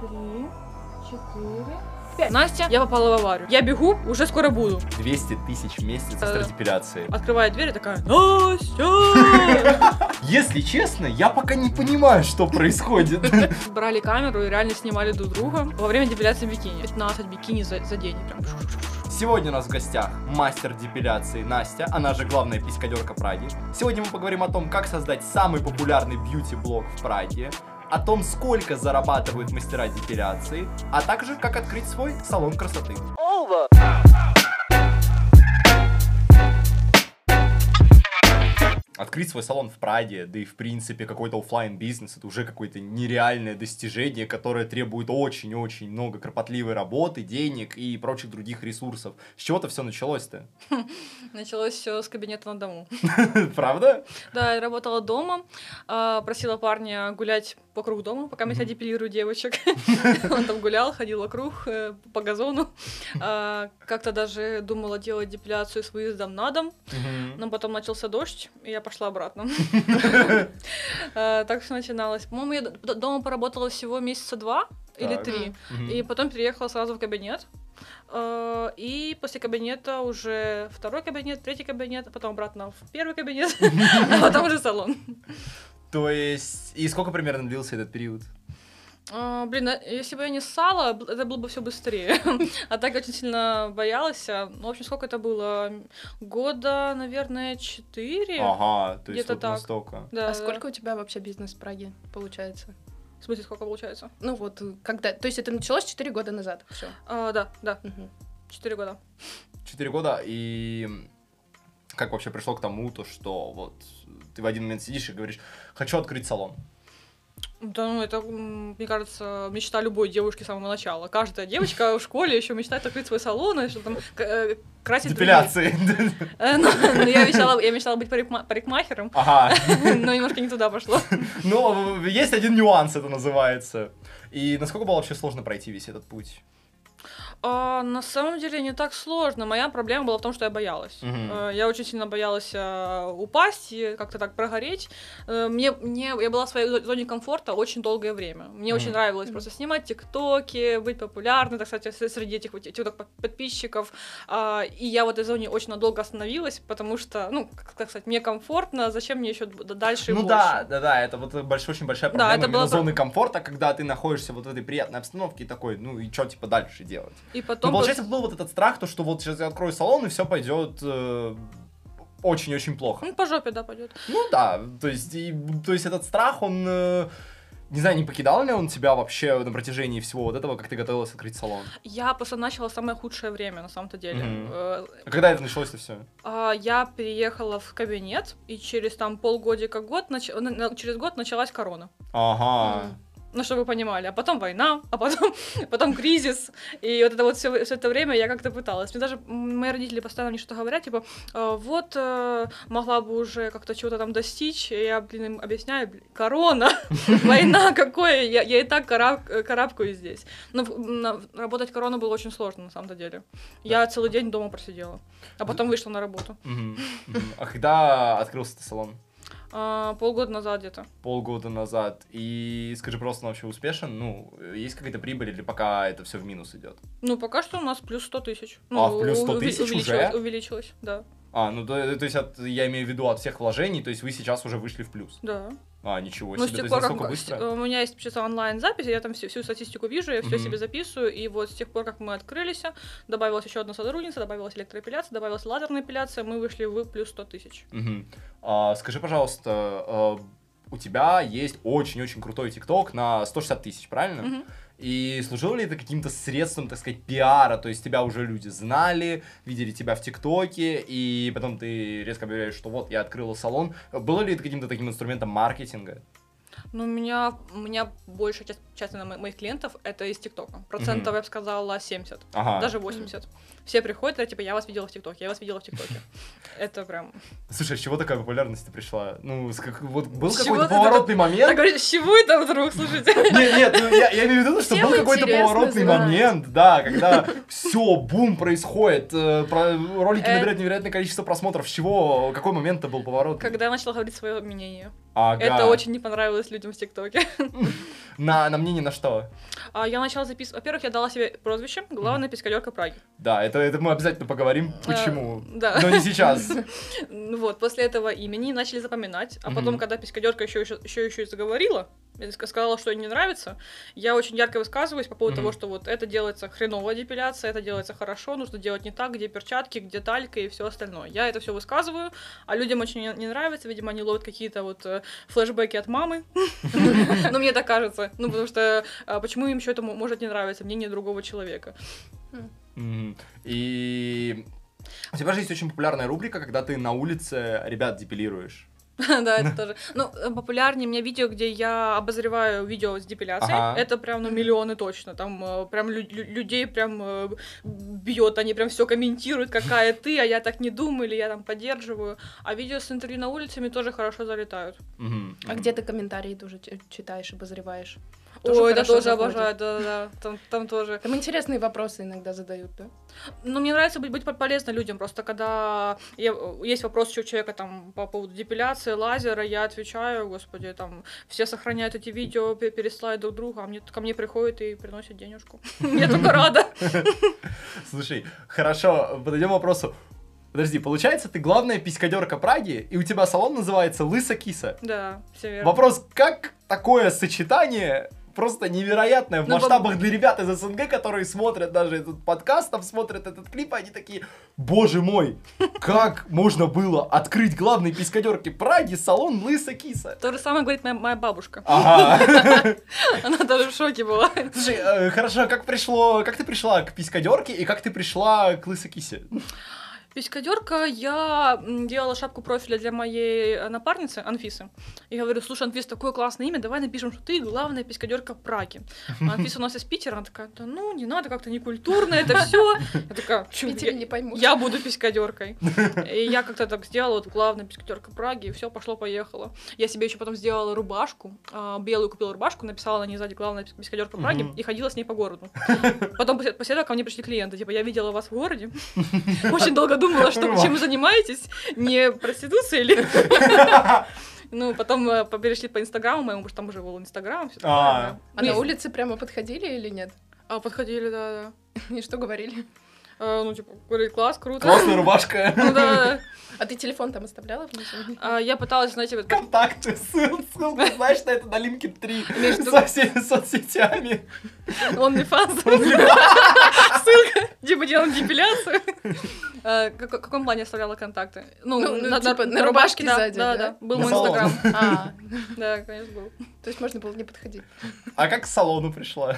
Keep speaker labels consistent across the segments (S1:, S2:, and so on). S1: три, четыре, пять. Настя, я попала в аварию. Я бегу, уже скоро буду.
S2: 200 тысяч в месяц
S1: Э.
S2: с депиляцией.
S1: Открываю дверь и такая, Настя!
S2: Если честно, я пока не понимаю, что происходит.
S1: Брали камеру и реально снимали друг друга во время депиляции бикини. 15 бикини за, за день. Прям.
S2: Сегодня у нас в гостях мастер депиляции Настя, она же главная писькадерка Праги. Сегодня мы поговорим о том, как создать самый популярный бьюти-блог в Праге, о том, сколько зарабатывают мастера депиляции, а также как открыть свой салон красоты. Открыть свой салон в Праге, да и в принципе какой-то оффлайн бизнес это уже какое-то нереальное достижение, которое требует очень-очень много кропотливой работы, денег и прочих других ресурсов. С чего-то все началось-то?
S1: Началось все с кабинета на дому.
S2: Правда?
S1: Да, я работала дома, а, просила парня гулять вокруг дома, пока я
S2: Мгм.
S1: депилирую девочек. Он там гулял, ходил вокруг э, по газону. А, Как-то даже думала делать депиляцию с выездом на дом, но потом начался дождь, и я пошла обратно. А, Так все начиналось. По-моему, я д- дома поработала всего месяца два или
S2: Так.
S1: три.
S2: Мгм.
S1: И потом переехала сразу в кабинет. Э, И после кабинета уже второй кабинет, третий кабинет, а потом обратно в первый кабинет, а потом уже салон.
S2: То есть, и сколько примерно длился этот период?
S1: Э, Блин, а если бы я не ссала, б- это было бы все быстрее. А так я очень сильно боялась. А, Ну, в общем, сколько это было? Года, наверное, четыре.
S2: Ага, то есть
S1: где-то
S2: вот
S1: так.
S2: настолько.
S1: Да,
S3: А
S1: да.
S3: сколько у тебя вообще бизнес в Праге получается?
S1: В смысле, сколько получается?
S3: Ну вот, когда... То есть это началось 4 года назад все.
S1: А, да, да, четыре года.
S2: Четыре года, и как вообще пришло к тому, то что вот ты в один момент сидишь и говоришь, хочу открыть салон.
S1: Да, ну это, м, мне кажется, мечта любой девушки с самого начала. Каждая девочка в школе еще мечтает открыть свой салон и что там к- э, красить других.
S2: Депиляции.
S1: Э, Ну, ну, я мечтала, я мечтала быть парикма- парикмахером,
S2: Ага.
S1: но немножко не туда пошло.
S2: Ну, есть один нюанс, это называется. И насколько было вообще сложно пройти весь этот путь?
S1: А, на самом деле не так сложно. Моя проблема была в том, что я боялась.
S2: Мгм.
S1: Э, Я очень сильно боялась э, упасть и как-то так прогореть. Э, Мне, мне, я была в своей зо- зоне комфорта очень долгое время. Мне очень
S2: Мгм.
S1: нравилось
S3: Мгм.
S1: просто снимать тиктоки, быть популярной, так сказать, с- среди этих вот тикток подписчиков. А, И я в этой зоне очень надолго остановилась, потому что, ну, как так сказать, мне комфортно, зачем мне еще д- дальше и
S2: Ну
S1: больше?
S2: да, да, да, это вот больш- очень большая
S1: Да,
S2: проблема
S1: это
S2: именно
S1: было про-
S2: зоны комфорта, когда ты находишься вот в этой приятной обстановке и такой, ну и что типа дальше делать?
S1: И
S2: Ну,
S1: потом...
S2: получается, был вот этот страх, то, что вот сейчас я открою салон, и все пойдет очень-очень плохо.
S1: Ну, по жопе, да, пойдет.
S2: Ну да, то есть, и- то есть этот страх, он, э, не знаю, не покидал ли он тебя вообще на протяжении всего вот этого, как ты готовилась открыть салон?
S1: Я просто начала самое худшее время, на самом-то деле.
S2: Мгм.
S1: Э,
S2: А когда это началось-то все?
S1: А, Я переехала в кабинет, и через там полгодика год, нач- на- на- через год началась корона.
S2: Ага.
S1: Ну, чтобы вы понимали. А потом война, а потом, потом кризис. И вот это вот все, это время я как-то пыталась. Мне даже м, мои родители постоянно мне что-то говорят, типа, «Э, вот, э, могла бы уже как-то чего-то там достичь. И я, блин, им объясняю, блин, корона, война какое, я, я и так караб- э, карабкаюсь здесь. Но в- на- работать корону было очень сложно, на самом-то деле. Я целый день дома просидела, а потом вышла на работу.
S2: Мгм, мгм. А когда открылся ты салон?
S1: А, полгода назад где-то.
S2: Полгода назад. И скажи, просто он вообще успешен? Ну, есть какая-то прибыль или пока это все в минус идет?
S1: Ну, пока что у нас плюс 100 тысяч.
S2: А,
S1: Ну,
S2: в плюс 100
S1: уве-
S2: тысяч уже?
S1: увеличилось- Увеличилось, да.
S2: А, ну то, то есть от- я имею в виду от всех вложений, то есть вы сейчас уже вышли в плюс.
S1: Да.
S2: А, ничего
S1: Ну,
S2: себе,
S1: с
S2: то
S1: тех
S2: есть
S1: пор, как
S2: настолько
S1: мы-
S2: быстро.
S1: с- э, у меня есть сейчас онлайн-запись, я там всю, всю статистику вижу, я все
S2: Мгм.
S1: себе записываю, и вот с тех пор, как мы открылись, добавилась еще одна сотрудница, добавилась электроэпиляция, добавилась лазерная эпиляция, мы вышли в плюс 100 тысяч.
S2: Мгм. А, скажи, пожалуйста, э, у тебя есть очень-очень крутой ТикТок на 160 тысяч, правильно?
S1: Мгм.
S2: И служило ли это каким-то средством, так сказать, пиара? То есть тебя уже люди знали, видели тебя в ТикТоке, и потом ты резко объявляешь, что вот, я открыла салон. Было ли это каким-то таким инструментом маркетинга?
S1: Ну, у меня, у меня большая часть, часть наверное, моих клиентов это из ТикТока. Процентов,
S2: Мгм. А.
S1: я бы сказала, 70,
S2: Ага.
S1: даже 80. Все приходят, и, типа, я вас видела в ТикТоке, я вас видела в ТикТоке. Это прям...
S2: Слушай, с чего такая популярность то пришла? Ну, с как- вот был
S1: С чего
S2: какой-то
S1: ты
S2: поворотный момент?
S1: Я говорю, с чего это вдруг, слушайте?
S2: Нет, нет, ну, я, я имею в виду, что
S3: Всем
S2: был какой-то
S3: интересно
S2: поворотный
S3: знать.
S2: момент, да, когда все, бум происходит, э, про- ролики
S1: Э.
S2: набирают невероятное количество просмотров. С чего, какой момент-то был поворот?
S1: Когда я начала говорить свое мнение.
S2: Ага.
S1: Это очень не понравилось людям в ТикТоке.
S2: На, на мнение на что?
S1: а, я начала записывать. Во-первых, я дала себе прозвище главная пискалерка Праги.
S2: Да, это, это мы обязательно поговорим,
S1: Э,
S2: почему.
S1: да.
S2: Но не сейчас.
S1: Ну Вот, после этого имени начали запоминать. А потом,
S2: Мгм.
S1: когда пискадерка еще, еще, еще и заговорила, и ска- сказала, что ей не нравится, я очень ярко высказываюсь по поводу
S2: Мгм.
S1: того, что вот это делается хреновая депиляция, это делается хорошо, нужно делать не так, где перчатки, где талька и все остальное. Я это все высказываю, а людям очень не- не нравится, видимо, они ловят какие-то вот э, флешбеки от мамы. Ну, мне так кажется. Ну, потому что а, почему им еще это мо- может не нравиться, мнение другого человека.
S2: Мгм. И у тебя же есть очень популярная рубрика, когда ты на улице ребят депилируешь.
S1: Да, это тоже. Ну, э, популярнее у меня видео, где я обозреваю видео с депиляцией.
S2: Ага.
S1: Это прям, ну, миллионы точно. Там э, прям лю- лю- людей прям э, бьет, они прям все комментируют, какая ты, а я так не думаю, или я там поддерживаю. А видео с интервью на улицами тоже хорошо залетают.
S2: Мгм.
S3: А
S2: Мгм.
S3: где ты комментарии тоже ч- читаешь, обозреваешь? Тоже
S1: Ой, да
S3: хорошо
S1: тоже
S3: заходит.
S1: обожаю, да-да-да, там, там тоже.
S3: Там интересные вопросы иногда задают, да?
S1: Ну, мне нравится быть, быть по- полезной людям, просто когда я- есть вопрос у человека там по поводу депиляции, лазера, я отвечаю, господи, там все сохраняют эти видео, пе- пересылают друг другу, а мне, ко мне приходят и приносят денежку. Я только рада.
S2: Слушай, хорошо, подойдем к вопросу. Подожди, получается, ты главная писькадерка Праги, и у тебя салон называется Лыса Киса.
S1: Да, все верно.
S2: Вопрос, как такое сочетание просто невероятное в
S1: Ну,
S2: масштабах для ребят из СНГ, которые смотрят даже этот подкаст, там смотрят этот клип, и они такие, боже мой, как можно было открыть главной писькадерке Праги салон Лыса Киса?
S1: То же самое говорит моя, моя бабушка.
S2: Ага.
S1: Она даже в шоке была.
S2: Слушай, э, хорошо, как пришло, как ты пришла к писькадерке и как ты пришла к Лысой Кисе?
S1: Писькадерка, я м, делала шапку профиля для моей э, напарницы Анфисы. И говорю, слушай, Анфис, такое классное имя, давай напишем, что ты главная писькадерка Праги. А Анфиса у нас из Питера, она такая, да ну, не надо, как-то некультурно это все. Я такая,
S3: В
S1: «Чё,
S3: Питере
S1: я-
S3: не поймут. А
S1: я буду писькадеркой. И я как-то так сделала, вот главная писькадерка Праги, и все, пошло-поехало. Я себе еще потом сделала рубашку, а, белую купила рубашку, написала на ней сзади главная пис- писькадерка Праги
S2: Мгм.
S1: и ходила с ней по городу. Потом после после этого ко мне пришли клиенты, типа, я видела вас в городе, очень долго думала, что
S2: Рубашка.
S1: чем вы занимаетесь, не проституцией или... Ну, потом э, по- перешли по Инстаграму моему, потому что там уже был Инстаграм, все
S2: А.
S1: такое. да.
S3: А
S1: Ну,
S3: на
S1: и-
S3: улице прямо подходили или нет?
S1: а, Подходили, да-да.
S3: И что говорили?
S1: Э, Ну, типа, говорили, класс, круто.
S2: Классная рубашка.
S1: Ну, да.
S3: А ты телефон там оставляла внизу?
S1: А, Я пыталась, знаете, вот
S2: Контакты, ссыл- ссылку, знаешь, на это на Лимкин 3
S1: Между-
S2: со всеми соцсетями.
S1: Он не Ссылка, типа делаем депиляцию. Э, как- В каком плане оставляла контакты?
S3: Ну, ну, типа, на рубашке
S1: да,
S3: сзади,
S1: Да,
S3: да?
S1: да. Был
S2: На
S1: мой
S2: салон.
S1: инстаграм.
S3: А,
S1: Да, конечно, был.
S3: то есть можно было не подходить.
S2: А как к салону пришла?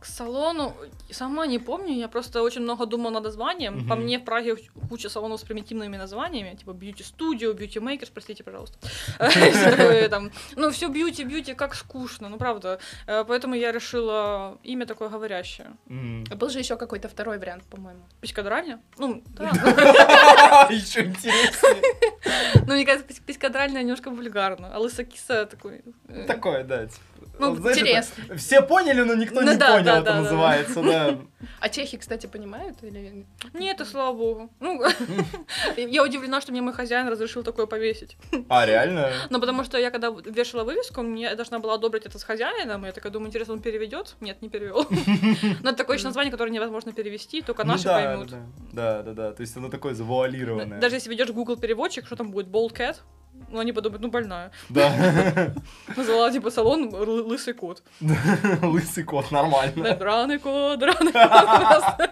S1: К салону сама не помню, я просто очень много думала над названием. По
S2: Мгм.
S1: мне в Праге куча салонов с примитивными названиями, типа Beauty Studio, Beauty Makers, простите, пожалуйста. Всё такое там. Ну, все бьюти, бьюти, как скучно, ну правда. Э, Поэтому я решила имя такое говорящее.
S2: М.
S3: А был же еще какой-то второй вариант, по-моему.
S1: Писькадральня? Ну, да.
S2: Еще интереснее.
S1: Ну, мне кажется, пис- писькадральная немножко вульгарно, а лысокиса такой... э,
S2: Такое, да. типа.
S1: Ну,
S2: Вот знаешь, это
S3: интересно.
S2: Все поняли, но никто
S1: Ну
S2: не
S1: да, да,
S2: понял, это
S1: да, да.
S2: называется, да.
S3: А чехи, кстати, понимают или...
S1: Не, это слава богу. Ну, я удивлена, что мне мой хозяин разрешил такое повесить.
S2: А, реально?
S1: Ну, потому что я когда вешала вывеску, мне я должна была одобрить это с хозяином, и я такая думаю, интересно, он переведет? Нет, не перевел. Но это такое еще название, которое невозможно перевести, только
S2: Ну
S1: наши
S2: да,
S1: поймут.
S2: да, Да, да, да, да. То есть оно такое завуалированное.
S1: Даже если ведешь Google переводчик, что там будет? Bold Cat? Ну, они подумают, ну, больная.
S2: Да.
S1: Назвала, типа, салон «Ры- «Лысый кот».
S2: Лысый кот, нормально.
S1: Да, Драный кот, драный кот.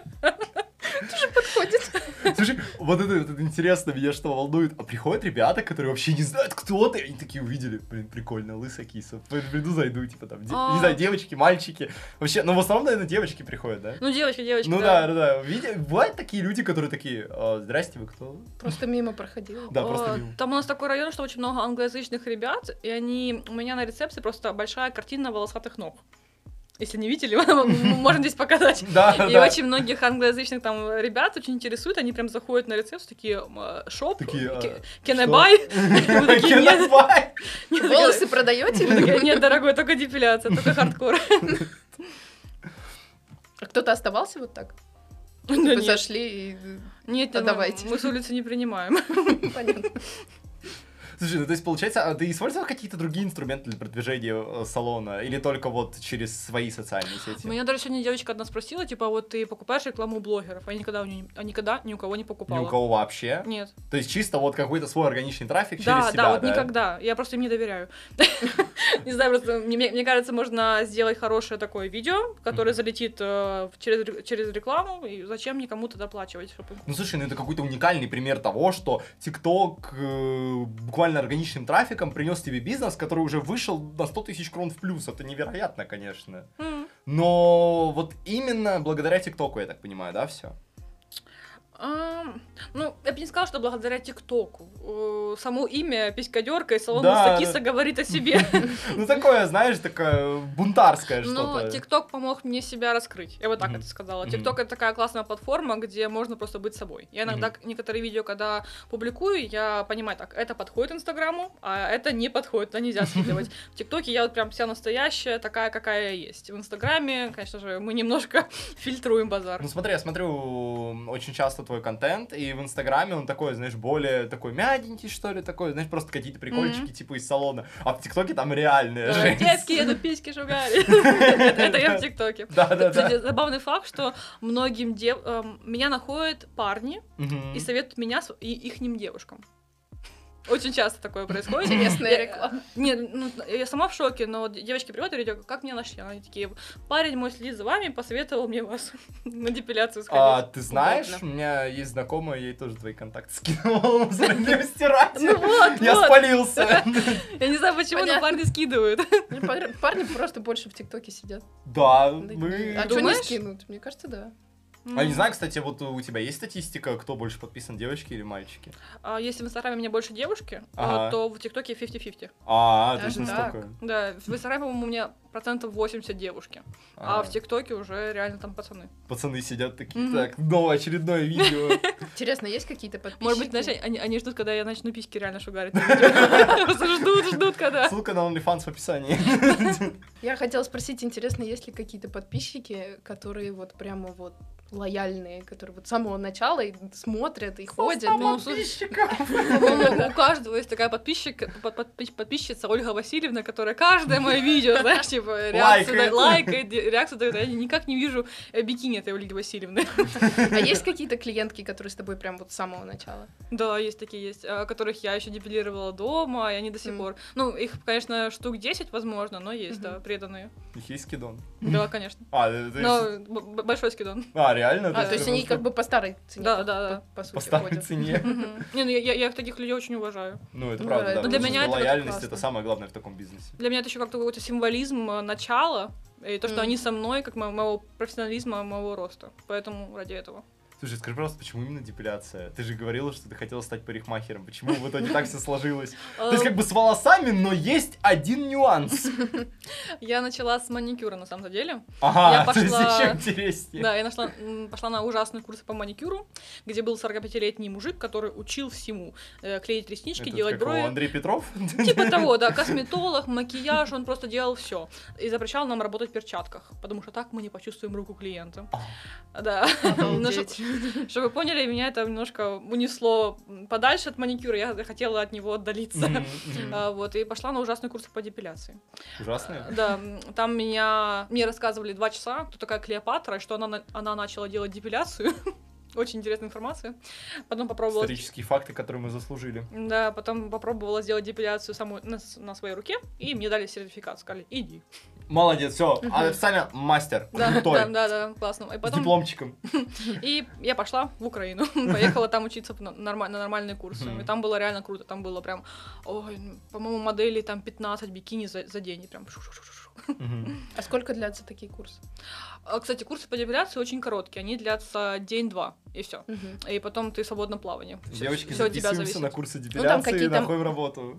S3: Подходит.
S2: Слушай, вот это, вот это интересно, меня что волнует. А приходят ребята, которые вообще не знают, кто ты. И такие увидели, блин, прикольно, лысая киса. Пой- Приду, зайду, типа там, де-
S1: А.
S2: не знаю, девочки, мальчики. Вообще, ну в основном, наверное, девочки приходят, да?
S1: Ну, девочки, девочки,
S2: Ну да, да, да. Видя- Бывают такие люди, которые такие, «А, здрасте, вы кто?
S3: Просто мимо проходила.
S2: Да,
S1: О,
S2: просто мимо.
S1: Э, Там у нас такой район, что очень много англоязычных ребят, и они у меня на рецепции просто большая картина волосатых ног. Если не видели, можно здесь показать.
S2: Да,
S1: И
S2: да.
S1: очень многих англоязычных там ребят очень интересует, они прям заходят на рецепцию, такие э, шоп,
S2: Такие, а,
S1: ке- can I
S2: что?
S1: buy? И мы такие, «Нет».
S2: Кинобай.
S1: Нет, такая-
S3: Волосы
S1: мы
S3: продаете?
S1: такие, Нет, дорогой, только депиляция, только хардкор.
S3: Типа, А кто-то оставался вот так?
S1: Да
S3: Вы
S1: нет.
S3: зашли и... ну,
S1: Нет,
S3: А
S1: мы-
S3: давайте.
S1: мы с улицы не принимаем.
S3: Понятно.
S2: Слушай, ну то есть получается, а ты использовал какие-то другие инструменты для продвижения э, салона? Или только вот через свои социальные сети?
S1: Меня даже сегодня девочка одна спросила, типа, вот ты покупаешь рекламу у блогеров, а я никогда, у неё не- а никогда ни у кого не
S2: Ни
S1: покупала.
S2: у кого вообще?
S1: Нет.
S2: То есть чисто вот какой-то свой органичный трафик
S1: да,
S2: через
S1: да,
S2: себя,
S1: вот никогда. Я просто им не доверяю. Не знаю, просто мне- мне мне кажется, можно сделать хорошее такое видео, которое
S2: Мгм.
S1: залетит э, в- через ре- через рекламу, и зачем мне кому-то доплачивать, чтобы...
S2: Ну слушай, ну это какой-то уникальный пример того, что ТикТок э, буквально органичным трафиком принес тебе бизнес, который уже вышел на 100 тысяч крон в плюс. Это невероятно, конечно.
S1: М.
S2: Но вот именно благодаря ТикТоку, я так понимаю, да, все?
S1: Ам, Ну, я бы не сказала, что благодаря ТикТоку. Э, Само имя писькадерка и салон
S2: Да,
S1: Мустакиса говорит о себе.
S2: Ну такое, знаешь, такое бунтарское
S1: Ну,
S2: что-то.
S1: ТикТок помог мне себя раскрыть. Я вот так
S2: Мгм.
S1: это сказала.
S2: Мгм.
S1: ТикТок это такая классная платформа, где можно просто быть собой. Я иногда
S2: Мгм.
S1: к- некоторые видео, когда публикую, я понимаю, так, это подходит Инстаграму, а это не подходит, это нельзя скидывать. В ТикТоке я вот прям вся настоящая, такая, какая я есть. В Инстаграме, конечно же, мы немножко фильтруем базар.
S2: Ну смотри, я смотрю очень часто твой контент, и в Инстаграме он такой, знаешь, более такой мягенький, что ли, такой, знаешь, просто какие-то прикольчики
S1: Мгм.
S2: типа из салона. А в ТикТоке там
S1: Да,
S2: реальная жесть.
S1: Детки едут, письки шугали. Это это я в ТикТоке.
S2: Да-да-да.
S1: Кстати, забавный факт, что многим дев... эм, меня находят парни
S2: Мгм.
S1: и советуют меня с- и ихним девушкам. Очень часто такое происходит.
S3: Интересная
S1: Я-
S3: реклама.
S1: Нет, ну, я сама в шоке, но вот девочки приводят и говорят, как меня нашли? Они такие, парень мой следит за вами, посоветовал мне вас на депиляцию сходить.
S2: А, ты знаешь,
S1: Удобно.
S2: у меня есть знакомая, я ей тоже твои контакты скинула в сравнении стирать.
S1: Ну вот,
S2: Я
S1: вот.
S2: спалился.
S1: Я не знаю, почему, но
S3: Понятно.
S1: парни скидывают.
S3: Мне пар- Парни просто больше в ТикТоке сидят.
S2: Да,
S3: Да,
S2: мы...
S3: А что не
S1: Думаешь?
S3: скинут? Мне кажется, да.
S2: А я не знаю, кстати, вот у тебя есть статистика, кто больше подписан, девочки или мальчики?
S1: А Если в Инстаграме у меня больше девушки,
S2: Ага.
S1: а, то в ТикТоке 50-50.
S2: А,
S3: Даже
S2: точно
S3: так?
S2: столько.
S1: Да, в Инстаграме, по-моему, у меня процентов 80 девушки, а,
S2: А,
S1: в ТикТоке уже реально там пацаны.
S2: Пацаны сидят такие,
S1: Мгм.
S2: так, новое очередное видео.
S3: Интересно, есть какие-то подписчики?
S1: Может быть, знаешь, они, они ждут, когда я начну письки реально шугарить. на видео. Просто ждут, ждут, когда.
S2: Ссылка на OnlyFans в описании.
S3: Я хотела спросить, интересно, есть ли какие-то подписчики, которые вот прямо вот лояльные, которые вот с самого начала и смотрят и ходят.
S1: самого Ну, слушай, По-моему, у каждого есть такая подписчик, под- подпи- подписчица Ольга Васильевна, которая каждое мое видео, знаешь, типа, реакцию
S2: Лайкает.
S1: дает, лайкает, де- реакцию дает. Я никак не вижу э, бикини этой Ольги Васильевны.
S3: А есть какие-то клиентки, которые с тобой прям вот с самого начала?
S1: Да, есть такие есть, э, которых я еще депилировала дома, и они до сих
S3: М.
S1: пор. Ну, их, конечно, штук 10, возможно, но есть,
S3: Мгм.
S1: да, преданные.
S2: Есть скидон.
S1: Да, конечно.
S2: А, это- это-
S1: Но б- б- большой скидон.
S2: а, реально?
S1: А,
S3: А, то есть они как бы по старой цене,
S1: Да,
S3: по-
S1: да,
S3: по- по
S2: по
S3: сути,
S2: старой
S3: ходят.
S2: цене.
S1: Мгм. Не, ну я- я я таких людей очень уважаю.
S2: Ну, это
S3: Ну
S2: правда,
S3: да,
S2: да.
S3: это-
S1: Для
S2: потому
S1: меня
S2: что
S1: это как-то
S2: лояльность
S3: классно.
S2: это самое главное в таком бизнесе.
S1: Для меня это еще как-то какой-то символизм э, начала, и то, что
S3: Мгм.
S1: они со мной, как мо- моего профессионализма, моего роста. Поэтому ради этого.
S2: Слушай, скажи, пожалуйста, почему именно депиляция? Ты же говорила, что ты хотела стать парикмахером. Почему в итоге так все сложилось? То есть
S1: Э,
S2: как бы с волосами, но есть один нюанс.
S1: Э, Я начала с маникюра, на самом деле.
S2: Ага,
S1: Я
S2: то есть
S1: пошла-
S2: еще интереснее.
S1: Да, я нашла, м, пошла на ужасные курсы по маникюру, где был 45-летний мужик, который учил всему. Э, Клеить реснички,
S2: Это
S1: делать
S2: как у
S1: брови.
S2: Андрей Петров?
S1: Типа того, да, косметолог, макияж, он просто делал все. И запрещал нам работать в перчатках, потому что так мы не почувствуем руку клиента. Да. Ну, чтоб-
S3: Обалдеть.
S1: Чтобы вы поняли, меня это немножко унесло м, подальше от маникюра, я хотела от него отдалиться.
S2: Мгм, мгм.
S1: А, Вот, и пошла на ужасные курсы по депиляции.
S2: Ужасное.
S1: Да, м, там меня, мне рассказывали два часа, кто такая Клеопатра, и что она, на- она начала делать депиляцию. Очень интересная информация. Потом попробовала...
S2: Исторические факты, которые мы заслужили.
S1: Да, потом попробовала сделать депиляцию саму на, с- на своей руке, и мне дали сертификат, сказали, иди.
S2: Молодец, все,
S3: Мгм.
S2: официально мастер,
S1: Да, да,
S2: крутой,
S1: да, да, классно. И
S2: с
S1: потом
S2: дипломчиком.
S1: И я пошла в Украину, поехала там учиться на, норма- на нормальные курсы.
S2: Мгм.
S1: И там было реально круто, там было прям, ой, ну, по-моему, моделей там 15 бикини за, за день, и прям шу-шу-шу-шу.
S2: Мгм.
S3: А сколько длятся такие курсы?
S1: А, Кстати, курсы по депиляции очень короткие, они длятся день-два, и все.
S3: Мгм.
S1: И потом ты в свободном плавании. Всё-
S2: Девочки,
S1: всё от тебя
S2: записываемся
S1: зависит. Ну,
S2: на курсы
S3: там
S2: депиляции,
S3: какие-то-
S2: находим работу.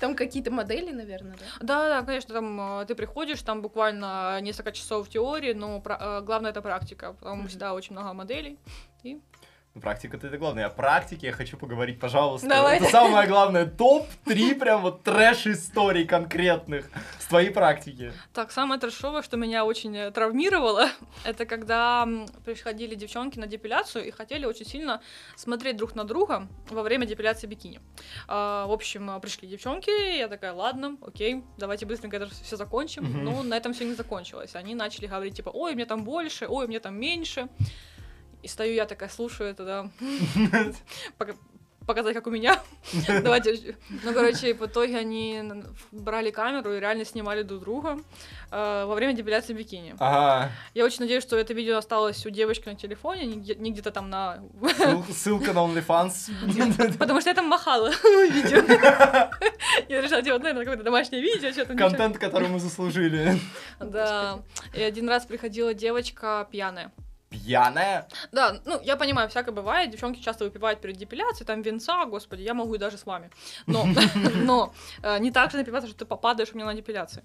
S3: Там какие-то модели, наверное, да?
S1: Да, да, конечно, там э, ты приходишь, там буквально несколько часов теории, но пра- э, главное это практика. Потому
S3: Мгм.
S1: что всегда очень много моделей.
S2: Ну, Практика это главное. О практике я хочу поговорить, пожалуйста.
S3: Давай.
S2: Это самое главное. Топ-3 прям вот трэш-историй конкретных с твоей практики.
S1: Так, самое трешовое, что меня очень э, травмировало, это когда м, приходили девчонки на депиляцию и хотели очень сильно смотреть друг на друга во время депиляции бикини. А, в общем, а, пришли девчонки, и я такая, ладно, окей, давайте быстренько это все закончим.
S2: Мгм.
S1: Ну, на этом все не закончилось. Они начали говорить, типа, ой, мне там больше, ой, мне там меньше. И стою я такая, слушаю это, да, пока- показать, как у меня. Давайте. Ну, короче, и в итоге они н- брали камеру и реально снимали друг друга э, во время депиляции бикини.
S2: Ага.
S1: Я очень надеюсь, что это видео осталось у девочки на телефоне, не где- не где-то там на...
S2: Ссыл- Ссылка на OnlyFans.
S1: Потому что я там махала видео. Я решила делать, наверное, какое-то домашнее видео, что-то
S2: Контент, который мы заслужили.
S1: Да. И один раз приходила девочка пьяная.
S2: Пьяная?
S1: Да, ну, я понимаю, всякое бывает. Девчонки часто выпивают перед депиляцией, там венца, господи, я могу и даже с вами. Но, но э, не так же напиваться, что ты попадаешь у меня на депиляции.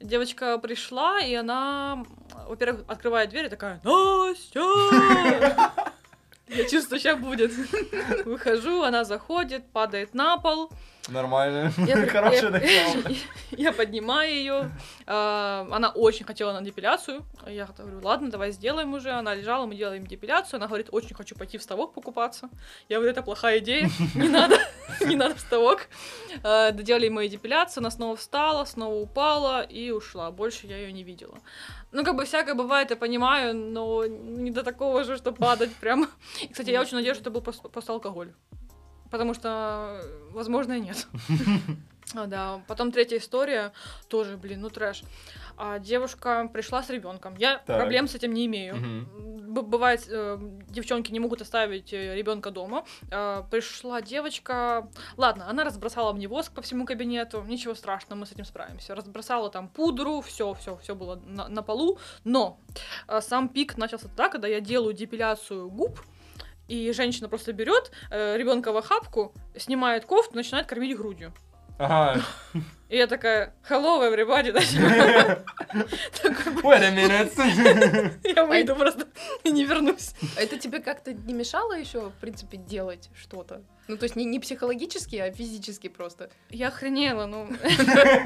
S1: Девочка пришла, и она, э, во-первых, открывает дверь и такая, Настя! Я чувствую, сейчас будет. Выхожу, она заходит, падает на пол.
S2: Нормально.
S1: Я при-
S2: Хорошая
S1: я-
S2: начало.
S1: Я поднимаю ее. Она очень хотела на депиляцию. Я говорю, ладно, давай сделаем уже. Она лежала, мы делаем депиляцию. Она говорит, очень хочу пойти в ставок покупаться. Я говорю, это плохая идея. Не надо, не надо в ставок. Э, Доделали мы ей депиляцию. Она снова встала, снова упала и ушла. Больше я ее не видела. Ну, как бы всякое бывает, я понимаю, но не до такого же, что падать прям. И, Кстати, я очень надеюсь, что это был просто, просто алкоголь. Потому что, возможно, и нет. А, Да, потом третья история, тоже, блин, ну трэш. А, девушка пришла с ребенком. Я
S2: Так.
S1: проблем с этим не имею.
S2: Мгм.
S1: Б- бывает, э, девчонки не могут оставить ребенка дома. Э, пришла девочка. Ладно, она разбросала мне воск по всему кабинету. Ничего страшного, мы с этим справимся. Разбросала там пудру, все, все, все было на, на полу. Но э, сам пик начался тогда, когда я делаю депиляцию губ. И женщина просто берет ребенка в охапку, снимает кофту, начинает кормить грудью.
S2: Ага.
S1: И я такая, hello, everybody,
S2: Wait a minute.
S1: я выйду просто и не вернусь.
S3: А Это тебе как-то не мешало еще, в принципе, делать что-то? Ну, то есть не, не психологически, а физически просто.
S1: Я охренела, ну,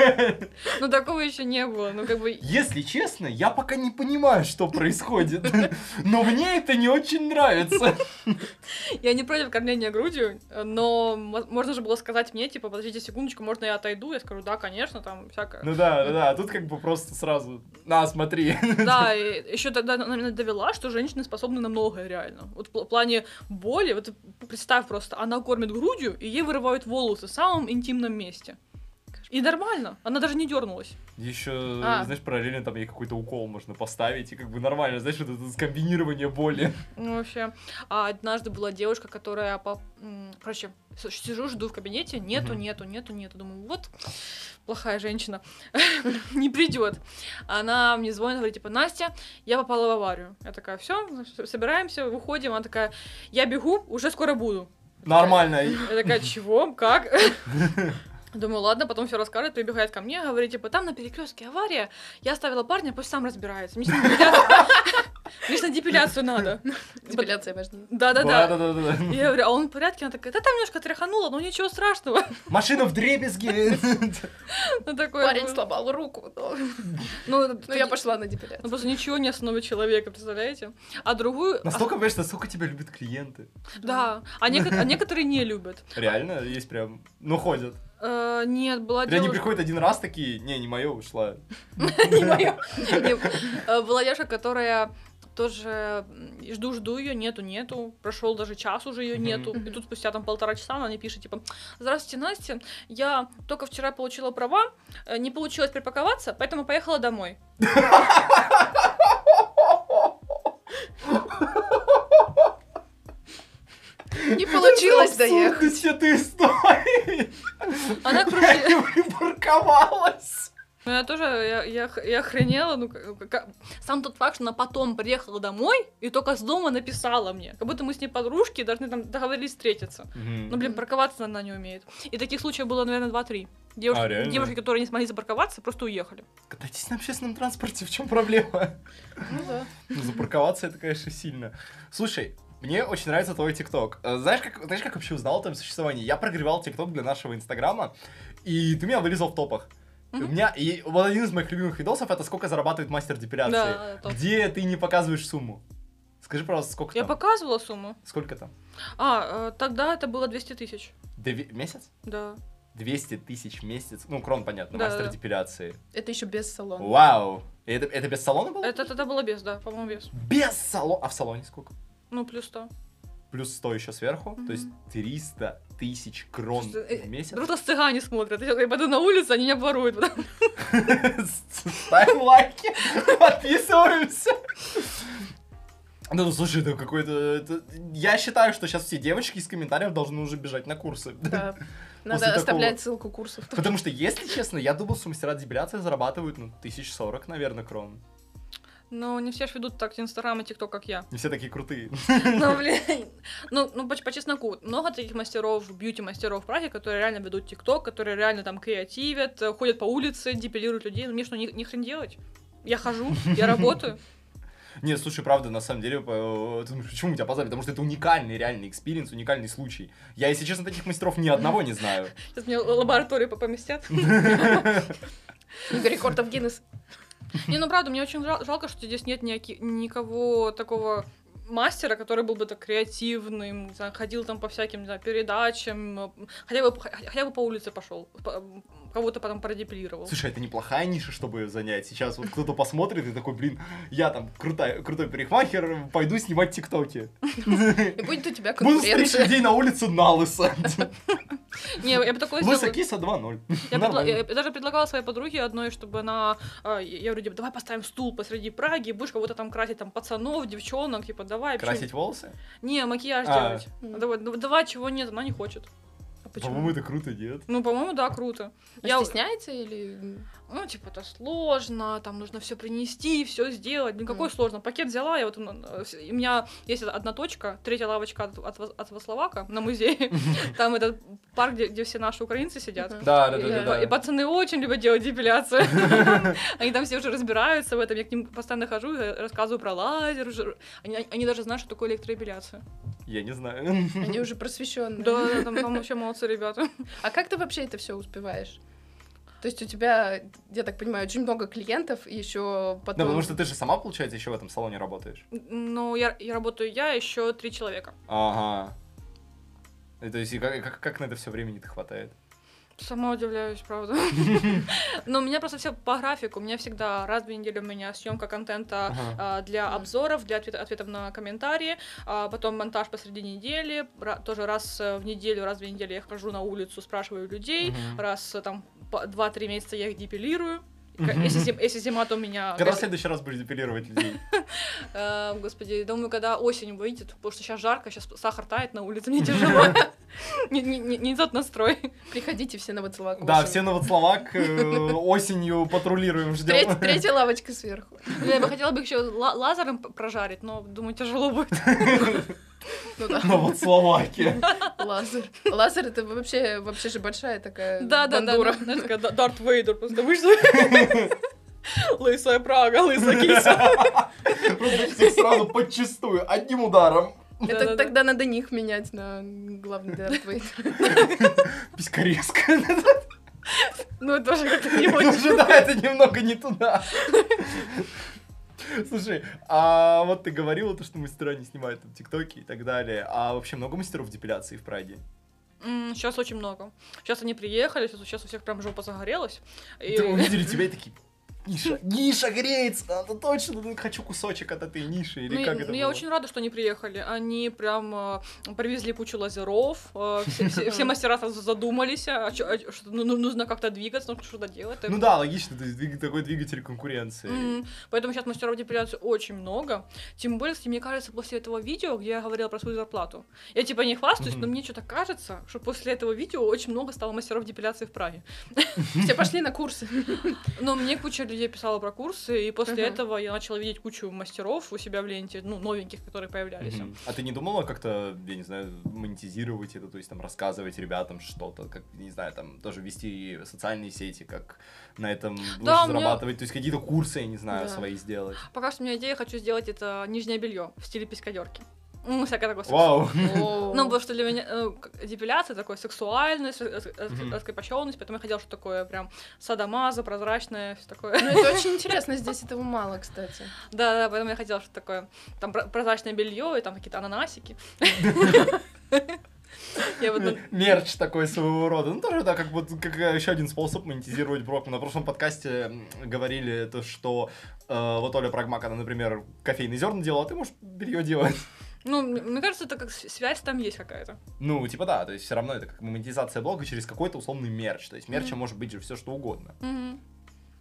S1: ну такого еще не было, ну как бы...
S2: Если честно, я пока не понимаю, что происходит. Но мне это не очень нравится.
S1: Я не против кормления грудью, э, но м- можно же было сказать мне, типа, подождите секундочку, можно я отойду? Я скажу, да, конечно, там всякое.
S2: Ну да, да, да. а Тут как бы просто сразу. На, смотри.
S1: Да, и еще тогда она меня довела, что женщины способны на многое реально. Вот в пл- плане боли, вот представь просто, она кормит грудью, и ей вырывают волосы в самом интимном месте. И нормально, она даже не дернулась.
S2: Еще,
S1: А.
S2: знаешь, параллельно там ей какой-то укол можно поставить, и как бы нормально, знаешь, вот это скомбинирование боли.
S1: Ну, вообще. А однажды была девушка, которая... по- м, Короче, с- сижу, жду в кабинете, нету,
S2: Мгм.
S1: нету, нету, нету. Думаю, вот плохая женщина, не придет. Она мне звонит, говорит, типа, Настя, я попала в аварию. Я такая, все, собираемся, выходим. Она такая, я бегу, уже скоро буду.
S2: Нормально.
S1: Я такая, чего? Как? Думаю, ладно, потом все расскажет, прибегает ко мне, говорит, типа, там на перекрестке авария, я оставила парня, пусть сам разбирается. Мне с ним депиляцию- мне с ним депиляцию надо.
S3: Депиляция важнее.
S1: Да-да-да.
S2: Да-да-да.
S1: И Я говорю, а он в порядке? Она такая, да там немножко тряханула, но ничего страшного.
S2: Машина в дребезге.
S1: Ну, такое
S3: Парень
S1: было.
S3: сломал руку, но,
S1: Ну,
S3: но
S1: таки-
S3: я пошла на
S1: ну,
S3: депиляцию.
S1: просто ничего не остановит человека, представляете? А другую...
S2: Настолько, понимаешь, настолько тебя любят клиенты.
S1: Да, а, неко- а некоторые не любят.
S2: Реально, есть прям, ну ходят.
S1: Э, нет, была
S2: Они
S1: девушка...
S2: приходят один раз такие, не, не мое, ушла.
S1: Не моё. Не, э, Была девушка, которая тоже м, жду, жду ее, нету, нету. Прошел даже час уже ее
S2: Мгм.
S1: нету. И
S3: Мгм.
S1: тут спустя там полтора часа она мне пишет типа, здравствуйте, Настя, я только вчера получила права, э, не получилось припаковаться, поэтому поехала домой.
S3: Не получилось доехать.
S2: Абсурдность этой истории.
S1: Она
S2: Я
S1: короче,
S2: не припарковалась.
S1: Ну, я тоже, я, я, х- я охренела, ну, как- как- сам тот факт, что она потом приехала домой и только с дома написала мне, как будто мы с ней подружки, и должны там договорились встретиться. Ну, блин,
S3: Мгм.
S1: парковаться она не умеет. И таких случаев было, наверное, 2-3. Девушки,
S2: А, реально?
S1: девушки, которые не смогли запарковаться, просто уехали.
S2: Катайтесь на общественном транспорте, в чем проблема?
S3: Ну да.
S2: Ну, запарковаться это, конечно, сильно. Слушай, Мне очень нравится твой ТикТок. Э, Знаешь, как, знаешь, как вообще узнал о твоем существовании? Я прогревал ТикТок для нашего Инстаграма, и ты меня вылезал в топах. И У
S1: Мгм.
S2: меня и вот один из моих любимых видосов это сколько зарабатывает мастер депиляции,
S1: Да, топ.
S2: где ты не показываешь сумму. Скажи, пожалуйста, сколько
S1: Я
S2: там?
S1: показывала сумму.
S2: Сколько там?
S1: А, э, тогда это было 200 тысяч.
S2: Две- Месяц?
S1: Да.
S2: 200 тысяч в месяц. Ну, крон, понятно,
S1: Да,
S2: мастер
S1: да.
S2: депиляции.
S3: Это еще без салона.
S2: Вау! И Это, это без салона было?
S1: Это тогда было без, да, по-моему, без.
S2: Без салона. А в салоне сколько?
S1: Ну, плюс 100.
S2: Плюс 100 еще сверху. То есть 300 тысяч крон
S1: Просто, э,
S2: в месяц.
S1: Просто цыгане смотрят. Я такая, пойду на улицу, они меня воруют.
S2: Ставим лайки, подписываемся. Да, ну слушай, это какой-то... это- Я считаю, что сейчас все девочки из комментариев должны уже бежать на курсы.
S3: Да.
S2: После
S3: Надо оставлять ссылку курсов.
S2: Потому что, если честно, я думал, что мастера дебиляции зарабатывают, ну, 1040, наверное, крон.
S1: Но не все ж ведут так Инстаграм и ТикТок, как я.
S2: Не все такие крутые.
S1: Ну, блин. Ну, ну, по, по чесноку, много таких мастеров, бьюти-мастеров в Праге, которые реально ведут ТикТок, которые реально там креативят, э, ходят по улице, депилируют людей. Ну, мне что, ни, ни хрен делать? Я хожу, я работаю.
S2: Нет, слушай, правда, на самом деле, по- ты думаешь, почему у тебя позвали? Потому что это уникальный реальный экспириенс, уникальный случай. Я, если честно, таких мастеров ни одного не знаю.
S1: Сейчас мне л- лабораторию по- поместят.
S3: Книга рекордов Гиннес.
S1: Не, ну правда, мне очень жал- жалко, что здесь нет никаки- никого такого мастера, который был бы так креативным, не знаю, ходил там по всяким не знаю, передачам, э, хотя бы, х- хотя бы по улице пошел, по- кого-то потом продепилировал.
S2: Слушай, это неплохая ниша, чтобы её занять. Сейчас вот кто-то посмотрит и такой, блин, я там крутой, крутой парикмахер, пойду снимать тиктоки.
S3: И будет у тебя
S2: Буду стричь
S3: конкуренция.
S2: людей на улице на лысо.
S1: Не, я бы такое
S2: Лысо
S1: сделала.
S2: киса 2-0.
S1: Я, предла-
S2: Нормально.
S1: я- я даже предлагала своей подруге одной, чтобы она... э, Я говорю, типа, давай поставим стул посреди Праги, будешь кого-то там красить, там, пацанов, девчонок, типа, давай. почему-
S2: Красить волосы?
S1: Не, макияж
S2: А.
S1: делать.
S3: М.
S1: Давай, ну, давай, чего нет, она не хочет.
S3: А
S2: По-моему,
S3: Почему?
S2: это круто, нет?
S1: Ну, по-моему, да, круто.
S3: А
S1: Я-
S3: Стесняется или...
S1: Ну, типа, это сложно, там нужно все принести, все сделать. Ну, какое
S3: Мгм.
S1: сложно? Пакет взяла, я вот м, э, вс- и у меня есть одна точка, третья лавочка от, от, Вос- от Вословака на музее. Там этот парк, где, где все наши украинцы сидят.
S3: Мгм.
S2: Да,
S1: И,
S2: да,
S1: и
S2: да,
S1: па-
S2: да,
S1: Э, и
S2: да.
S1: пацаны очень любят делать депиляцию. Они там все уже разбираются в этом. Я к ним постоянно хожу и рассказываю про лазер. жир- Они они даже знают, что такое электроэпиляция.
S2: Я не знаю.
S3: Они уже просвещенные.
S1: Да, да, там там вообще молодцы ребята.
S3: А как ты вообще это все успеваешь? То есть у тебя, я так понимаю, очень много клиентов, и еще потом...
S2: Да, потому что ты же сама, получается, еще в этом салоне работаешь.
S1: Ну, я я работаю я, еще три человека.
S2: Ага. И То есть, и как, как- как на это все времени-то хватает?
S1: Сама удивляюсь, правда. Но у меня просто все по графику. У меня всегда раз в две недели у меня съемка контента
S2: Ага.
S1: а, для
S3: Мгм.
S1: обзоров, для ответ- ответов на комментарии, а, потом монтаж посреди недели, ра- тоже раз э, в неделю, раз в две недели я хожу на улицу, спрашиваю людей,
S2: Мгм.
S1: раз э, там по- 2-3 месяца я их депилирую. К-
S2: Мгм.
S1: Если, зим- если зима, то у меня...
S2: Когда в следующий раз будешь депилировать людей?
S1: Э, господи, думаю, когда осень выйдет, потому что сейчас жарко, сейчас сахар тает на улице, мне тяжело. Не- Не не- не тот настрой.
S3: Приходите все на Вацлавак.
S2: Да, все на Вацлавак э, осенью патрулируем, ждем.
S3: Третья лавочка сверху.
S1: Ну, Я бы хотела бы еще лазером п- прожарить, но думаю, тяжело будет.
S3: Ну да,
S2: На Вацлаваке.
S3: лазер. Лазер это вообще, вообще же большая такая
S1: Да, да, да.
S3: бандура.
S1: Знаешь, такая Д- Дарт Вейдер просто вышла. Лысая Прага, лысая киса.
S2: Просто всех сразу подчистую, одним ударом.
S3: Это
S1: Да-да-да.
S3: тогда надо них менять на главный Дарт Вейдер.
S2: Писька резко.
S1: Ну, это тоже как-то не очень.
S2: Уже, да, это немного не туда. Слушай, а вот ты говорила, то, что мастера не снимают там тиктоки и так далее. А вообще много мастеров депиляции в Праге?
S1: Сейчас очень много. Сейчас они приехали, сейчас у всех прям жопа загорелась. И-
S2: Да, Увидели тебя и такие, Ниша, Ниша греется, надо точно, ну, хочу кусочек от этой ниши, или
S1: Ну,
S2: как
S1: и-
S2: это
S1: ну, я
S2: было?
S1: очень рада, что они приехали. Они прям э, привезли кучу лазеров. э, все, все- все мастера сразу задумались, а чё- а чё- что ну, ну, нужно как-то двигаться, нужно что-то делать.
S2: Ну да, логично, то есть двиг- такой двигатель конкуренции.
S1: М, Поэтому сейчас мастеров депиляции очень много. Тем более, кстати, мне кажется, после этого видео, где я говорила про свою зарплату, я типа не хвастаюсь, но
S2: Мгм.
S1: мне что-то кажется, что после этого видео очень много стало мастеров депиляции в Праге.
S3: Все пошли на курсы.
S1: Но мне куча людей писала про курсы, и после
S3: Мгм.
S1: этого я начала видеть кучу мастеров у себя в ленте, ну, новеньких, которые появлялись.
S2: Мгм. А ты не думала как-то, я не знаю, монетизировать это, то есть там рассказывать ребятам что-то, как, не знаю, там тоже вести социальные сети, как на этом лучше
S1: Да, у меня-
S2: зарабатывать, то есть какие-то курсы, я не знаю,
S3: Да.
S2: свои сделать.
S1: Пока что у меня идея, хочу сделать это нижнее белье в стиле пескадерки. ну, всякое такое
S2: Вау.
S3: О.
S1: Ну, потому что для меня э, к- депиляция такой сексуальность,
S2: Мгм.
S1: раскрепощенность, поэтому я хотела что-то такое прям садомаза, прозрачное, все такое.
S3: Ну, это очень интересно, здесь этого мало, кстати.
S1: Да, да, поэтому я хотела что-то такое. Там про- прозрачное белье и там какие-то ананасики. Я вот ну,
S2: Мерч такой своего рода. Ну, тоже, да, как вот как еще один способ монетизировать брок. На прошлом подкасте м, говорили то, что э, вот Оля Прагмак, она, например, кофейные зерна делала, а ты можешь белье делать.
S1: ну, м- мне кажется, это как с- связь там есть какая-то.
S2: Ну, типа да, то есть все равно это как монетизация блога через какой-то условный мерч. То есть мерча
S1: Мгм.
S2: может быть же все что угодно.
S1: Мгм.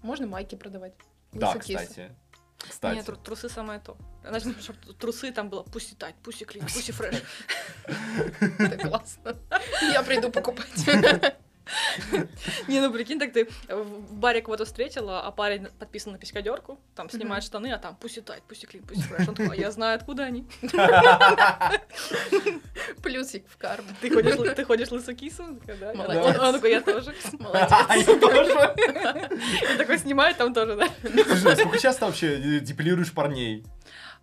S3: Можно майки продавать.
S2: Да,
S3: Лысокисы.
S2: кстати. Кстати.
S1: Нет, тру- трусы самое то. Значит, чтобы трусы там было пусть и тать, пусть и клин, пусть и фреш.
S3: Это классно. Я приду покупать.
S1: Не, ну прикинь, так ты в баре кого-то встретила, а парень подписан на писькадерку, там снимает штаны, а там пусть и тать, пусть и клин, пусть и фреш. Он такой, «А я знаю, откуда они.
S3: Плюсик в карму.
S1: Ты ходишь, л- ты ходишь лысокисом? Такая, «Да, я-
S3: Молодец.
S1: Он, он такой, я тоже.
S3: Молодец.
S2: Я тоже.
S1: И такой снимает там тоже, да.
S2: Слушай, Сколько сейчас ты вообще э, депилируешь парней?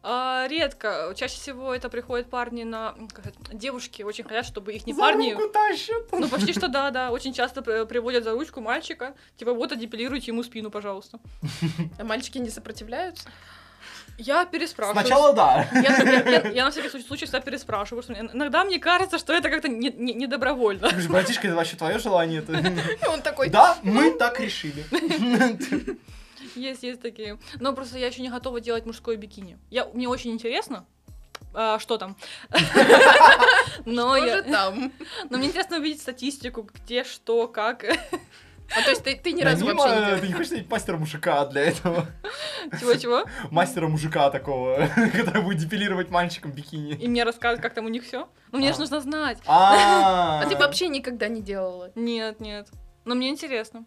S1: А, редко. Чаще всего это приходят парни на... м, как это, Девушки очень хотят, чтобы их не
S2: За
S1: парни...
S2: руку тащат.
S1: Ну, почти что да, да. Очень часто при- приводят за ручку мальчика. Типа, вот, отдепилируйте ему спину, пожалуйста.
S3: А мальчики не сопротивляются?
S1: Я переспрашиваю.
S2: Сначала да.
S1: Я, я- я- я на всякий случай, случай всегда переспрашиваю, потому что мне- иногда мне кажется, что это как-то не, не- не добровольно.
S2: Слушай, Братишка, это вообще твое желание? Это-
S3: И он такой,
S2: Да, мы так решили.
S1: Есть, есть такие. Но просто я еще не готова делать мужское бикини. Я, мне очень интересно, а, что там. Но,
S3: что
S1: я-
S3: же там?
S1: но мне интересно увидеть статистику, где, что, как.
S3: А то есть ты ты ни
S2: Ни
S3: разу вообще не делал?
S2: э, Ты не хочешь стать мастера мужика для этого?
S1: Чего-чего.
S2: Мастера мужика такого, который будет депилировать мальчиком бикини.
S1: И мне рассказывают, как там у них все. Ну, мне
S2: А.
S1: же нужно знать.
S2: А
S3: А ты вообще никогда не делала?
S1: Нет, нет. Но мне интересно.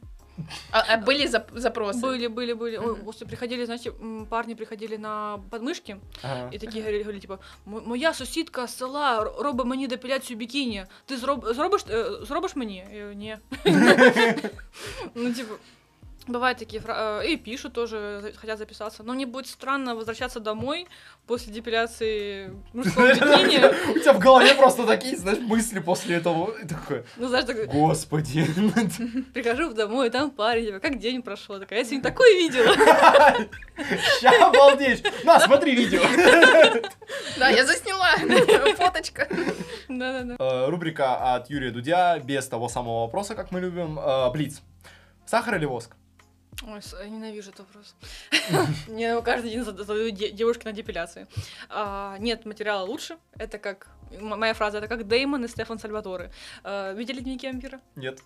S3: А а были зап- запросы?
S1: Были, были, были. Ой,
S3: Мгм.
S1: После приходили, знаете, м, парни приходили на подмышки,
S2: Ага.
S1: І такі говорили, говорили, типу, «Мо- моя сусідка з села р- робить мені депіляцію бікіні. Ти зроб, зробиш, е, зробиш мені? Я говорю, Ні. ну, типу, бывают такие фразы. И пишут тоже, за- хотят записаться. Но мне будет странно возвращаться домой после депиляции мужского бикини.
S2: У тебя в голове просто такие, знаешь, мысли после этого. И такое,
S1: Ну, знаешь, так,
S2: Господи. ну
S1: прихожу домой, и там парень, типа, как день прошел? Такая, я сегодня такое видела.
S2: Ща обалдеешь. На, смотри видео.
S3: Да, я засняла фоточка.
S1: Да-да-да.
S2: Э, Рубрика от Юрия Дудя, без того самого вопроса, как мы любим. Э, Блиц. Сахар или воск?
S1: Ой, с- я ненавижу этот вопрос. Мне его каждый день зада- задают де- девушки на депиляции. А, Нет, материала лучше. Это как... м- Моя фраза, это как Деймон и Стефан Сальваторе. А, Видели дневники вампира?
S2: Нет.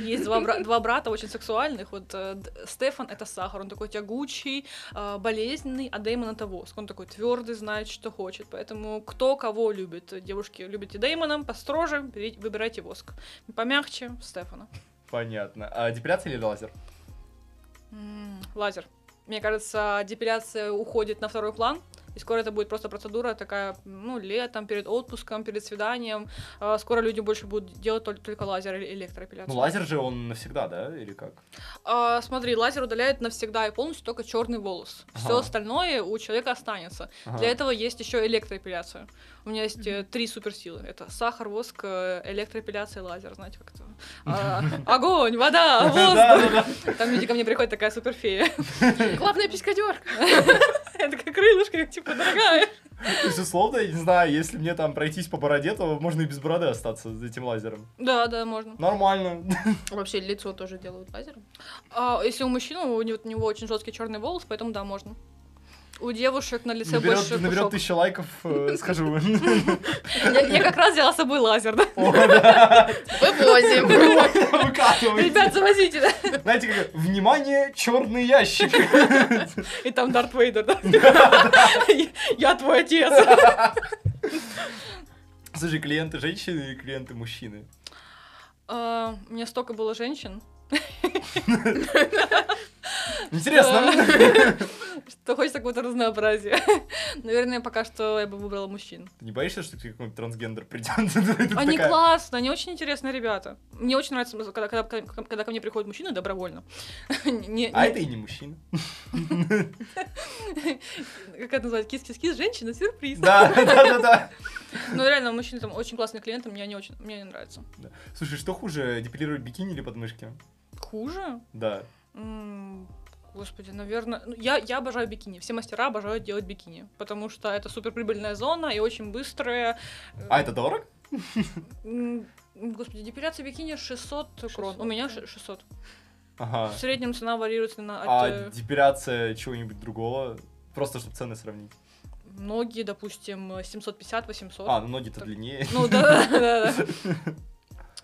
S1: Есть два, бра- два брата очень сексуальных. Вот э, Д- Стефан — это сахар, он такой тягучий, э, болезненный, а Деймон — это воск. Он такой твердый, знает, что хочет. Поэтому кто кого любит. Девушки, любите Деймона, построже, бери- выбирайте воск. Помягче — Стефана.
S2: Понятно. А депиляция или лазер?
S1: М, Лазер. Мне кажется, депиляция уходит на второй план. И скоро это будет просто процедура такая, ну, летом, перед отпуском, перед свиданием. А, Скоро люди больше будут делать тол- только лазер или электроэпиляцию.
S2: Ну, лазер же он навсегда, да? Или как?
S1: А, смотри, лазер удаляет навсегда и полностью только черный волос. Все
S2: Ага.
S1: остальное у человека останется.
S2: Ага.
S1: Для этого есть еще электроэпиляция. У меня есть э,
S3: Мгм.
S1: три суперсилы. Это сахар, воск, э, электроэпиляция, и лазер. Знаете, как это? А, Огонь, вода, воздух.
S2: Да-да-да.
S1: Там, видите, ко мне приходит такая суперфея.
S3: Главное, пескадерка.
S1: Я такая крылышко, как типа, дорогая.
S2: То есть, условно, я не знаю, если мне там пройтись по бороде, то можно и без бороды остаться за этим лазером.
S1: Да, да, можно.
S2: Нормально.
S3: Вообще лицо тоже делают лазером.
S1: А если у мужчины, у него, у него очень жесткий черный волос, поэтому да, можно. У девушек на лице
S2: Наберет,
S1: больше
S2: наберет
S1: пушок.
S2: тысячу лайков, э, скажу.
S1: Я, я как раз взяла с собой лазер, да?
S2: О, да.
S3: Вывозим.
S2: Выкатывайте.
S1: Ребят, завозите, да?
S2: Знаете, как внимание, черный ящик.
S1: И там Дарт Вейдер, да? Я- Я твой отец.
S2: Слушай, клиенты женщины и клиенты мужчины.
S1: А, У меня столько было женщин,
S2: Интересно.
S1: что хочется какого-то разнообразия. Наверное, пока что я бы выбрала мужчин.
S2: Ты не боишься, что к тебе какой-нибудь трансгендер придет?
S1: Они классные, они очень интересные ребята. Мне очень нравится, когда, когда- когда ко мне приходят мужчины добровольно. Не- не-
S2: А это и не мужчина.
S1: как это называется, кис-кис-кис, женщина, сюрприз.
S2: Да, да, да, да.
S1: Ну реально, у мужчин там очень классный клиент, мне не очень, мне не нравится.
S2: Слушай, что хуже, депилировать бикини или подмышки?
S1: Хуже?
S2: Да.
S1: М, Господи, наверное, я, я обожаю бикини. Все мастера обожают делать бикини, потому что это суперприбыльная зона и очень быстрая. э,
S2: А это дорого?
S1: м, Господи, депиляция бикини 600, крон.
S3: 600,
S1: У меня
S3: да.
S1: ше- 600.
S2: Ага.
S1: В среднем цена варьируется на от,
S2: А
S1: э,
S2: депиляция чего-нибудь другого? Просто, чтобы цены сравнить.
S1: ноги, допустим, 750-800.
S2: А, ну ноги-то длиннее.
S1: Ну да, да, да.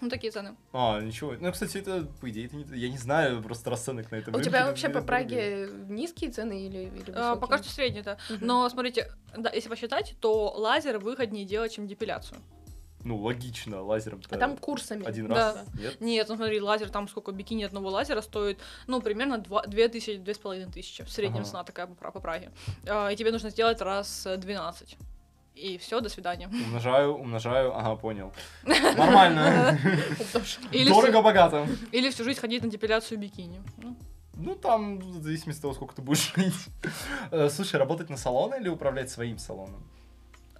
S1: Ну такие цены.
S2: А, ничего. Ну, кстати, это, по идее, это не... Я не знаю просто расценок на это.
S3: У
S2: рынке,
S3: тебя
S2: это
S3: вообще по
S2: дорого.
S3: Праге низкие цены или, или
S1: А,
S3: высокие?
S1: Пока что средние, да.
S3: Мгм.
S1: Но смотрите, да, если посчитать, то лазер выгоднее делать, чем депиляцию.
S2: Ну, логично, лазером
S3: А там курсами.
S2: один
S1: Да.
S2: раз. Нет?
S1: Нет, ну смотри, лазер, там сколько бикини одного лазера стоит, ну, примерно 2000-2500 тысячи. В среднем
S2: Ага.
S1: цена такая по, Пра- по Праге. А, И тебе нужно сделать раз э, 12. И все, до свидания.
S2: Умножаю, умножаю, ага, понял. Нормально.
S1: Или, всю,
S2: Дорого-богато.
S1: или всю жизнь ходить на депиляцию бикини. Ну,
S2: Ну, там, в зависимости от того, сколько ты будешь жить. Э, Слушай, работать на салон или управлять своим салоном?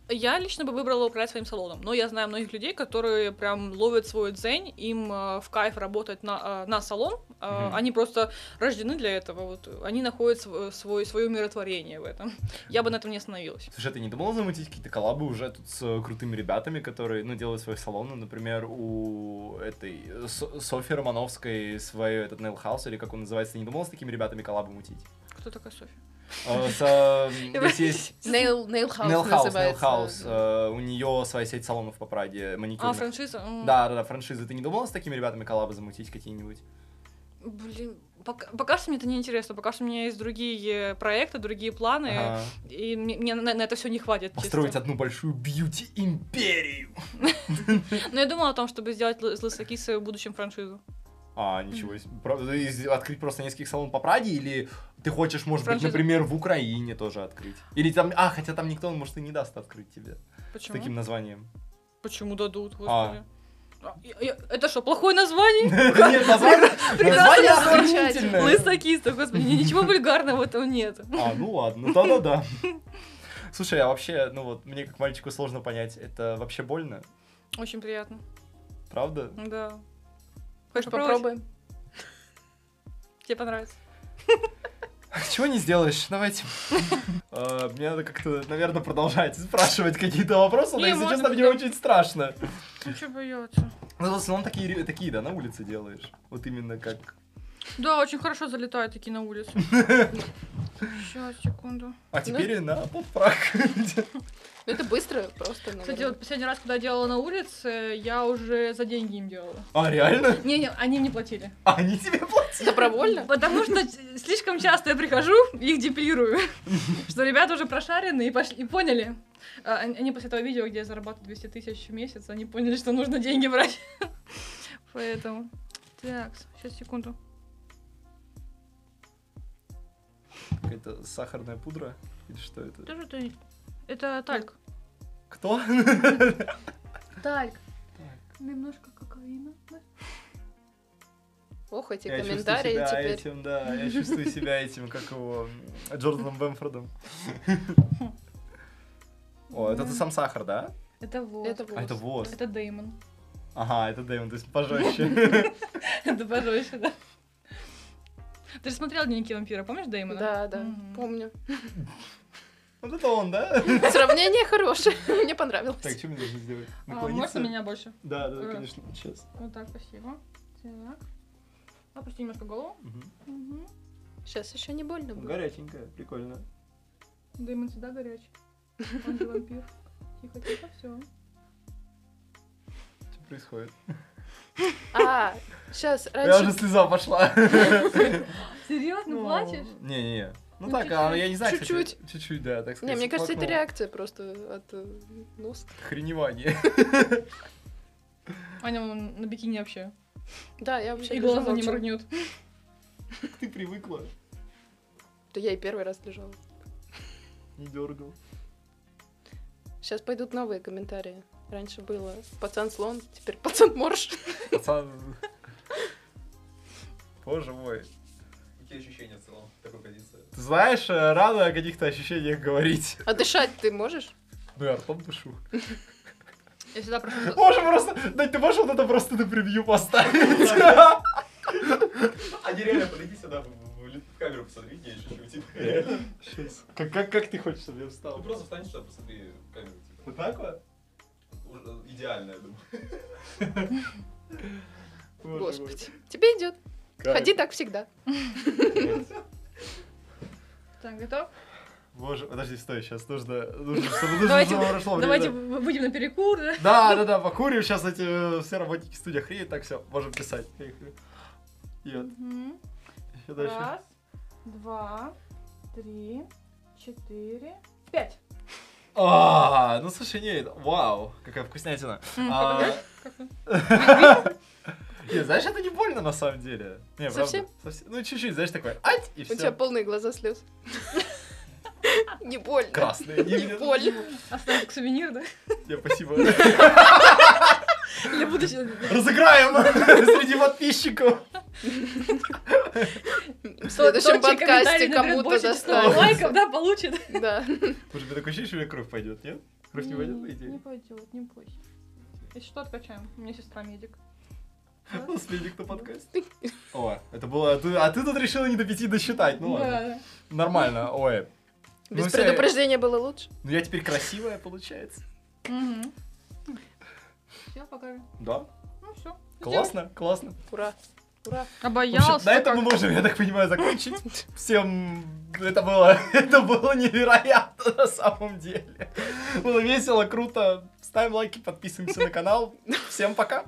S1: Я лично бы выбрала управлять своим салоном, но я знаю многих людей, которые прям ловят свой дзень, им э, в кайф работать на, э, на салон, э,
S2: Мгм.
S1: они просто рождены для этого, вот, они находят св- свой, свое умиротворение в этом. Я бы на этом не остановилась.
S2: Слушай, а ты не думал замутить какие-то коллабы уже тут с э, крутыми ребятами, которые, ну, делают свои салоны, например, у этой э, Со- Софьи Романовской свой этот Nail House, или как он называется, ты не думал с такими ребятами коллабы мутить?
S1: Кто такая Софья?
S2: Э, с, э, Здесь есть
S3: Nail, nail house
S2: Nail House, Nail
S3: называется.
S2: House, э, у нее своя сеть салонов по Праге,
S1: А,
S2: маникюрных.
S1: франшиза? М,
S2: Да, да, да, франшизы. Ты не думала с такими ребятами коллабы замутить какие-нибудь?
S1: Блин, пока, пока что мне это не интересно, пока что у меня есть другие проекты, другие планы,
S2: Ага.
S1: и мне, мне на, на это все не хватит. честно.
S2: Построить одну большую бьюти-империю.
S1: Но я думала о том, чтобы сделать л- с Лысакисы в будущем франшизу.
S2: А, ничего себе. Правда, из- Открыть просто нескольких салон по Праге или ты хочешь, может
S1: Франшиза.
S2: быть, например, в Украине тоже открыть? Или там... А, хотя там никто, может, и не даст открыть тебе.
S1: Почему?
S2: С таким названием.
S1: Почему дадут, господи? А, я- я- Это что, плохое название?
S2: Нет, название... название
S3: замечательно.
S2: охренительное.
S1: Лысокистов, господи, ни- ничего вульгарного в этом нет.
S2: А, ну ладно, да-да-да. Слушай, а вообще, ну вот, мне как мальчику сложно понять, это вообще больно,
S1: Очень приятно,
S2: правда?
S1: да.
S3: Хочешь
S1: Хочешь попробовать?
S3: попробуем?
S1: Тебе понравится.
S2: Чего не сделаешь, давайте. Э, Мне надо как-то, наверное, продолжать спрашивать какие-то вопросы, но,
S1: Не,
S2: если
S1: можно
S2: честно, мне
S1: потом.
S2: очень страшно.
S1: Ну что бояться?
S2: Ну, в основном такие, ре- такие, да, на улице делаешь. Вот именно как...
S1: Да, очень хорошо залетают такие на улицу. Сейчас, секунду.
S2: А теперь на поп-прак.
S3: Ну, это быстро, просто,
S1: Кстати,
S3: наверное.
S1: вот последний раз, когда я делала на улице, я уже за деньги им делала.
S2: А, реально?
S1: Не-не, они мне платили.
S2: А, Они тебе платят?
S3: Добровольно?
S1: Потому что слишком часто я прихожу и их депилирую. Что ребята уже прошарены и, пошли, и поняли. А, Они они после этого видео, где я зарабатываю 200 тысяч в месяц, они поняли, что нужно деньги брать. Поэтому... Так, сейчас, секунду.
S2: Какая-то сахарная пудра? Или что это?
S1: Что же ты? Это тальк.
S2: Кто?
S1: Тальк. Немножко кокаина.
S3: Ох, эти
S2: Я чувствую
S3: комментарии
S2: себя
S3: теперь.
S2: этим, да. Я чувствую себя этим, как его, м, Джорданом Бэмфордом. О, это ты сам сахар, да?
S1: Это вот.
S3: Это
S2: А это
S3: вот.
S2: воз.
S1: Это Дэймон.
S2: Ага, это Дэймон, то есть пожестче.
S1: Это пожестче, да. Ты же смотрел дневники вампира, помнишь Дэймона?
S3: Да, да,
S1: Мгм.
S3: помню.
S2: Вот это он, да?
S3: Сравнение хорошее, мне понравилось.
S2: Так, что мне нужно сделать?
S1: А, можно меня больше?
S2: Да, да,
S1: Э.
S2: конечно, сейчас.
S1: Вот так, спасибо. Так. Опусти немножко голову. Угу.
S3: Сейчас еще не больно было.
S2: Горяченькая, прикольно.
S1: Дэймон всегда горячий. Он же вампир. Тихо, тихо, все.
S2: Что происходит?
S3: А, сейчас,
S2: Я уже
S3: раньше...
S2: слеза пошла.
S1: Серьезно, плачешь?
S2: Не-не. Ну
S1: Ну,
S2: так, а, я не знаю, кстати,
S3: Ну, Чуть-чуть.
S2: Чуть-чуть, да, так сказать.
S3: Не, мне кажется, это
S2: всплакнула.
S3: реакция просто от э, носа.
S2: Хреневание.
S1: Аня вон на бикини вообще.
S3: Да, я вообще
S1: И
S3: лежала
S1: глаза не
S3: очень-
S1: моргнет.
S2: Как Ты привыкла.
S3: Да я и первый раз лежала.
S2: Не дергал.
S3: Сейчас пойдут новые комментарии. Раньше было пацан слон, теперь пацан морж.
S2: Пацан. Боже мой.
S4: Какие ощущения в целом в такой позиции?
S2: Ты знаешь, э, рано о каких-то ощущениях говорить.
S3: А дышать ты можешь?
S2: Ну, я ртом дышу.
S1: Я всегда прошу...
S2: Можем просто... Дань, ты можешь вот это просто на превью поставить?
S4: А нереально, подойди сюда, в, в- в- в камеру посмотри, я шучу, типа, реально.
S2: Щас. Как, как, как ты хочешь, чтобы я
S4: Ну
S2: встал?
S4: просто встань сюда, посмотри в камеру, типа.
S2: Вот так вот?
S4: Уж- э, Идеально, я думаю.
S2: Боже мой.
S3: Господи. Тебе идет.
S2: Кайф.
S3: Ходи так всегда.
S1: Так, готов?
S2: Боже, подожди, стой, сейчас нужно, нужно, чтобы нужно,
S1: Давайте,
S2: чтобы прошло время.
S1: давайте вы- выйдем на перекур. да?
S2: Да, да, да, покурим, сейчас эти э, все работники студии охренеют, так все, можем писать. И вот,
S1: Мгм.
S2: и дальше.
S1: Раз, два, три, четыре, пять.
S2: А, ну слушай, нет, вау, какая вкуснятина.
S1: М,
S2: А,
S1: как вы?
S2: Не, знаешь, это не больно на самом деле. Не, правда,
S3: Совсем?
S2: совсем- Ну, чуть-чуть, знаешь, такое, ать, и
S3: У тебя
S2: все.
S3: полные глаза слез. Не больно.
S2: Красные. Не,
S3: Не
S2: не-
S3: больно.
S1: Оставим как сувенир, да?
S2: не, спасибо.
S1: Для будущего.
S2: Разыграем среди подписчиков.
S3: В
S1: Тот,
S3: следующем
S1: чей
S3: подкасте
S1: комментарий наберет
S3: кому-то
S1: больше 400
S3: достанется.
S1: лайков, да, получит.
S3: Да.
S2: Может, мне такое ощущение, что у меня кровь пойдет, нет? Кровь не пойдет, по
S1: Не
S2: идее.
S1: пойдет, не бойся. Если что, откачаем. У меня сестра медик.
S2: Ну, следик на подкаст. О, это было... а ты- А ты тут решила не до пяти досчитать, ну ладно.
S1: Да.
S2: Нормально, ой. Ну,
S3: Без
S2: всё,
S3: предупреждения было лучше.
S2: Ну, я теперь красивая, получается.
S1: Все, пока.
S2: Да.
S1: Ну все.
S2: Классно, классно.
S3: Ура. Ура.
S2: В общем,
S1: Обоялся.
S2: на этом мы можем, я так понимаю, закончить. Всем это было, это было невероятно на самом деле. Было весело, круто. Ставим лайки, подписываемся на канал. Всем пока.